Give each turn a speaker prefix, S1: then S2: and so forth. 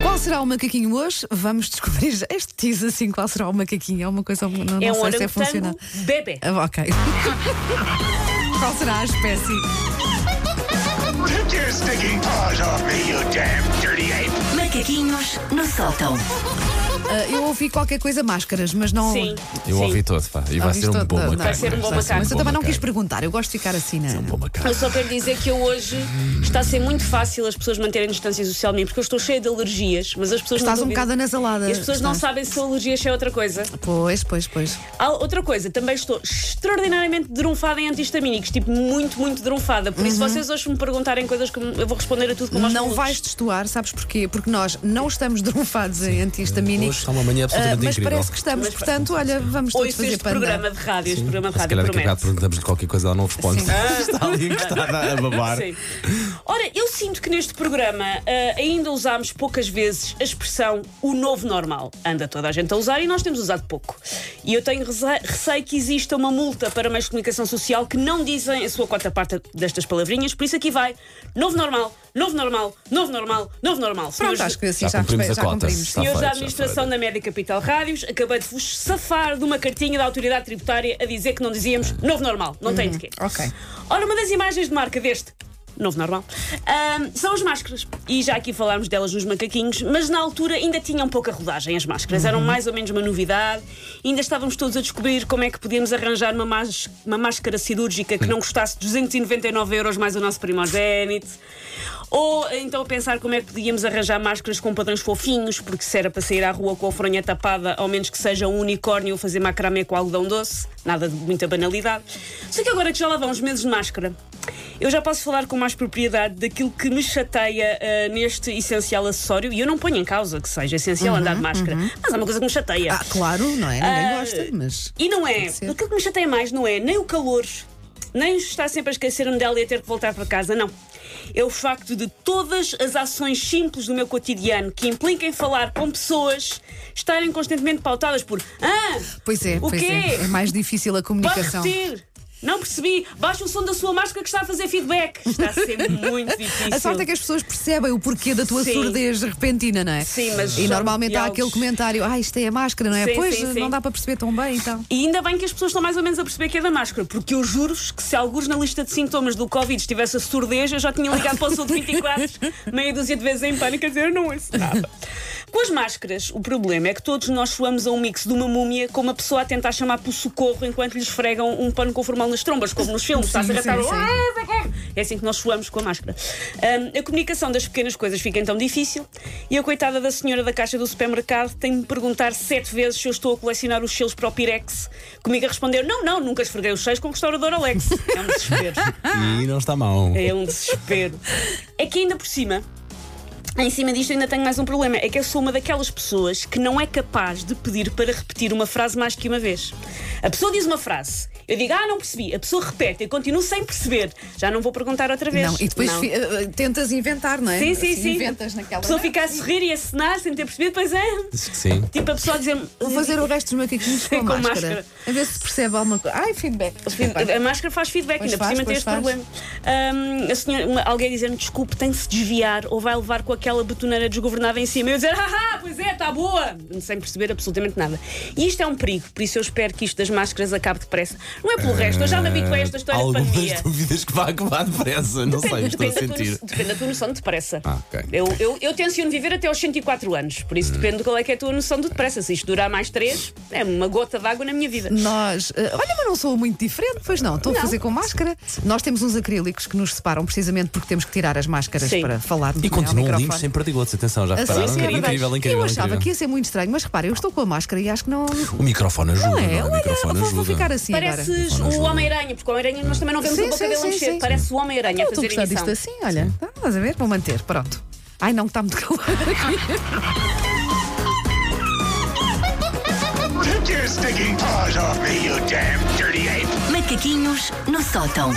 S1: Qual será o macaquinho hoje? Vamos descobrir já. Este diz assim qual será o macaquinho. É uma coisa, não, não
S2: É um
S1: sei se é funcional.
S2: orangotango bebê.
S1: Ah, ok. qual será a espécie?
S3: Take your stinking paws off me, you damn dirty ape!
S4: Macaquinhos no sótão.
S1: Ah, eu ouvi qualquer coisa máscaras, mas não.
S2: Sim.
S5: Eu
S2: sim.
S5: ouvi todo, pá. E vai
S1: Ouviste
S5: ser um
S1: todo-
S5: bom
S1: não,
S5: macaco.
S1: não,
S2: Vai ser um bom
S1: não sei,
S2: macaco.
S1: Mas eu também não
S5: macaco. é
S1: quis perguntar, eu gosto de ficar assim, né?
S5: Bom macaco.
S2: Eu só quero dizer que eu hoje está a ser muito fácil as pessoas manterem distância social de mim, porque eu estou cheia de alergias, mas as pessoas
S1: Estás
S2: não
S1: um
S2: duvidam.
S1: bocado anasalada.
S2: E as pessoas não
S1: estás?
S2: sabem se alergias é outra coisa.
S1: Pois, pois, pois.
S2: Há outra coisa, também estou extraordinariamente drunfada em antihistamínicos, tipo muito, muito drunfada. Por isso, vocês hoje me perguntarem coisas que eu vou responder a tudo como
S1: Uhum.
S2: aos
S1: Não
S2: malucos.
S1: vais destoar, sabes porquê? Porque nós não estamos derrufados em
S5: Hoje
S1: antihistamínicos.
S5: está uma manhã absolutamente
S1: ah, mas
S5: incrível.
S1: parece que estamos,
S2: Mas-
S1: portanto, olha, vamos todos
S2: Ouço
S1: fazer
S2: este
S1: panda.
S2: programa de rádio, este programa de
S5: Se
S2: rádio,
S5: calhar daqui a
S2: prometo.
S5: bocado perguntamos-lhe qualquer coisa, ela não responde.
S1: Sim.
S5: está ali encostada a babar.
S2: Sim. Ora, eu sinto que neste programa ah, ainda usámos poucas vezes a expressão o novo normal. Anda toda a gente a usar e nós temos usado pouco. E eu tenho rece- receio que exista uma multa para meios de comunicação social que não dizem a sua quarta parte destas palavrinhas, por isso aqui vai. Novo normal, novo normal, novo normal, novo normal. Senhores-
S1: Pronto, acho que assim
S5: Já
S1: já,
S5: cumprimos
S1: respe-
S5: a
S1: já
S5: cota.
S1: cumprimos.
S5: Está
S2: Senhores
S5: feito,
S2: da
S5: já
S2: administração
S5: feito.
S2: da Média Capital Rádios, acabei de vos safar de uma cartinha da autoridade tributária a dizer que não dizíamos novo normal. Não tem de quê.
S1: ok.
S2: Ora, uma das imagens de marca deste. Novo normal. ahm, são as máscaras. E já aqui falámos delas nos macaquinhos, mas na altura ainda tinham pouca rodagem as máscaras. Eram mais ou menos uma novidade. Ainda estávamos todos a descobrir como é que podíamos arranjar uma, más- uma máscara cirúrgica que não custasse 299 euros mais o nosso primogênito. Ou então pensar como é que podíamos arranjar máscaras com padrões fofinhos, porque se era para sair à rua com a fronha tapada, ao menos que seja um unicórnio ou fazer macramé com algodão doce, nada de muita banalidade. Só que agora que já lá vão uns meses de máscara, eu já posso falar com mais propriedade daquilo que me chateia ah, neste essencial acessório, e eu não ponho em causa que seja essencial andar de máscara, mas é uma coisa que me chateia.
S1: Ah, claro, não é? Ninguém
S2: Ah,
S1: gosta, mas.
S2: E não é.
S1: que ser.
S2: Aquilo que me chateia mais não é nem o calor, nem estar sempre a esquecer-me dela e a ter que voltar para casa, não. É o facto de todas as ações simples do meu cotidiano que impliquem falar com pessoas estarem constantemente pautadas por ah,
S1: Pois é,
S2: o
S1: pois é.
S2: quê?
S1: É mais difícil a
S2: Vai
S1: comunicação.
S2: repetir! Não percebi! Baixa o som da sua máscara que está a fazer feedback! Está a ser muito difícil.
S1: A sorte é que as pessoas percebem o porquê da tua
S2: Sim.
S1: surdez repentina, não é?
S2: Sim, mas
S1: E
S2: são
S1: normalmente há
S2: diálogos.
S1: aquele comentário: ah, isto é a máscara, não é?
S2: Sim,
S1: pois,
S2: sim,
S1: não
S2: sim.
S1: dá para perceber tão bem, então.
S2: E ainda bem que as pessoas estão mais ou menos a perceber que é da máscara, porque eu juro-vos que se alguns na lista de sintomas do Covid estivesse a surdez, eu já tinha ligado para o sul de 24, meia dúzia de vezes em pânico, a dizer eu não ouço nada. Com as máscaras, o problema é que todos nós soamos a um mix de uma múmia com uma pessoa a tentar chamar pelo socorro enquanto lhes esfregam um pano com formal nas trombas, como nos filmes,
S1: Sim,
S2: está a arrastar
S1: sim, sim.
S2: é assim que nós suamos com a máscara. Ahm, a comunicação das pequenas coisas fica então difícil e a coitada da senhora da caixa do supermercado tem de me perguntar sete vezes se eu estou a colecionar os selos para o Pirex. Comigo a responder: não, não, nunca esfreguei os selos com o restaurador Alex. É um desespero.
S5: E não está mal.
S2: É um desespero. É que ainda por cima. Em cima disto, eu ainda tenho mais um problema. É que eu sou uma daquelas pessoas que não é capaz de pedir para repetir uma frase mais que uma vez. A pessoa diz uma frase, eu digo, ah, não percebi. A pessoa repete, eu continuo sem perceber. Já não vou perguntar outra vez.
S1: Não, e depois
S2: Não.
S1: fi- eh, eh, tentas inventar, não é?
S2: Sim, sim,
S1: Assim,
S2: sim.
S1: Inventas naquela.
S2: A pessoa fica a sorrir e a cenar sem ter percebido, pois é.
S5: Diz que sim.
S2: Tipo a pessoa a dizer.
S1: Vou fazer o resto dos macaquinhos com,
S2: Com
S1: máscara.
S2: máscara.
S1: A ver se percebe alguma coisa. Ai, feedback. Desculpa.
S2: A máscara faz feedback,
S1: Pois
S2: ainda
S1: faz,
S2: por cima tem
S1: pois
S2: este
S1: faz.
S2: problema. Ahm, a senhora- uma- alguém dizendo desculpe, tem de se desviar ou vai levar com aquela betoneira desgovernada em cima. E eu dizer, ah, pois é, está boa, sem perceber absolutamente nada. E isto é um perigo, por isso eu espero que isto das máscaras acabe depressa. Não é pelo resto, eu já me habituei a esta história de
S5: Eh, Algumas
S2: pandemia.
S5: dúvidas que vai acabar depressa. Não sei, estou a
S2: depende, da tua
S5: sentir.
S2: no- depende da tua noção de depressa.
S5: Ah, ok. Hum.
S2: eu, eu, eu tenciono viver até aos 104 anos, por isso depende de qual é que é a tua noção de depressa. Se isto durar mais 3, é uma gota d'água na minha vida.
S1: Nós. eh, olha, mas não sou muito diferente, pois não. Estou a fazer com máscara. Nós temos uns acrílicos que nos separam precisamente porque temos que tirar as máscaras
S2: Sim.
S1: para falar.
S5: E continuam limpos sem
S1: sempre.
S5: partículas. Atenção, já repararam?
S1: Sim, sim, é verdade.
S5: incrível, incrível.
S1: Eu achava
S5: incrível.
S1: que ia ser muito estranho, mas repara, eu estou com a máscara e acho que não.
S5: O microfone ajuda.
S1: Não é?
S5: não é? O
S1: Olha,
S5: microfone
S1: vou, vou
S5: ajuda.
S1: ficar assim agora.
S2: Pareces
S5: Não
S2: o
S5: ajuda.
S2: Homem-Aranha, porque o Homem-Aranha nós também não vemos
S1: Sim,
S2: a boca
S1: sim,
S2: dele a
S1: sim,
S2: mexer.
S1: sim.
S2: Parece o Homem-Aranha
S1: Eu
S2: a
S1: estou a
S2: fazer
S1: gostar
S2: emissão.
S1: disto assim, olha. Ah, Estás a ver? Vou manter, pronto. Ai não, que está muito calor aqui.
S3: Take your stinking paws off me, you damn dirty ape!
S4: Macaquinhos no sótão.